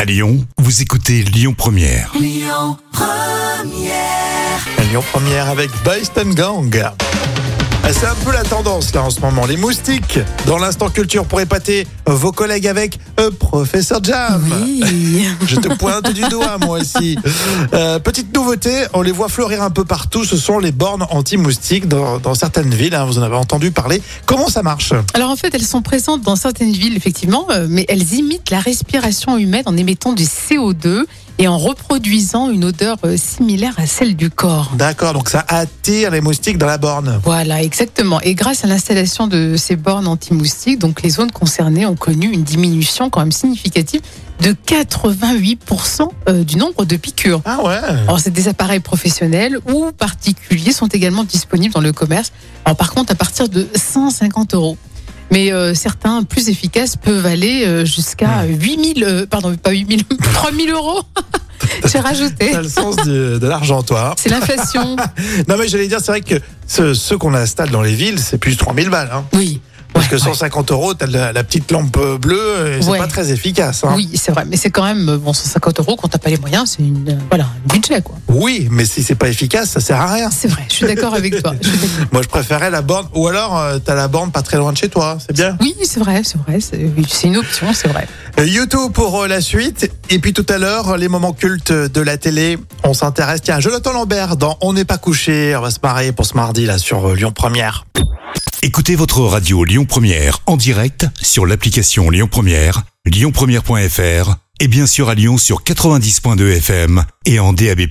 À Lyon, vous écoutez Lyon Première. Lyon Première avec Boyston Gang. Ah, C'est un peu la tendance là en ce moment, les moustiques dans l'instant culture pour épater vos collègues avec euh, Professeur Jam. Oui. Je te pointe du doigt moi aussi. Euh, petite nouveauté, on les voit fleurir un peu partout, ce sont les bornes anti-moustiques dans, dans certaines villes, hein, vous en avez entendu parler. Comment ça marche Alors en fait, elles sont présentes dans certaines villes, effectivement, euh, mais elles imitent la respiration humaine en émettant du CO2 et en reproduisant une odeur euh, similaire à celle du corps. D'accord, donc ça attire les moustiques dans la borne. Voilà, exactement. Et grâce à l'installation de ces bornes anti-moustiques, donc les zones concernées ont connu une diminution quand même significative de 88% euh, du nombre de piqûres. Ah ouais Alors, c'est des appareils professionnels ou particuliers sont également disponibles dans le commerce. Alors, par contre, à partir de 150 euros. Mais euh, certains plus efficaces peuvent aller euh, jusqu'à 8000, euh, pardon, pas 8000, 3000 euros. J'ai rajouté. T'as le sens de, de l'argent toi. hein. C'est l'inflation. Non mais j'allais dire, c'est vrai que ce- ceux qu'on installe dans les villes, c'est plus 3000 balles. Hein. Oui. Parce que Ouais, 150 euros, t'as la, la petite lampe euh, bleue, et c'est Ouais. pas très efficace. ouais. hein. Oui, c'est vrai. Mais c'est quand même, euh, bon, 150 euros quand t'as pas les moyens, c'est une, euh, voilà, un budget, quoi. Oui, mais si c'est pas efficace, ça sert à rien. C'est vrai. Je suis d'accord avec toi. Je suis d'accord. Moi, je préférais la borne. Ou alors, euh, t'as la borne pas très loin de chez toi, c'est bien. Oui, c'est vrai, c'est vrai. C'est oui, c'est une option, c'est vrai. Euh, YouTube pour euh, la suite. Et puis tout à l'heure, les moments cultes de la télé. On s'intéresse. Tiens, Jonathan Lambert dans On n'est pas couché. On va se marrer pour ce mardi là sur euh, Lyon Première. Écoutez votre radio Lyon Première en direct sur l'application Lyon Première, lyonpremière.fr et bien sûr à Lyon sur 90.2 FM et en DAB+.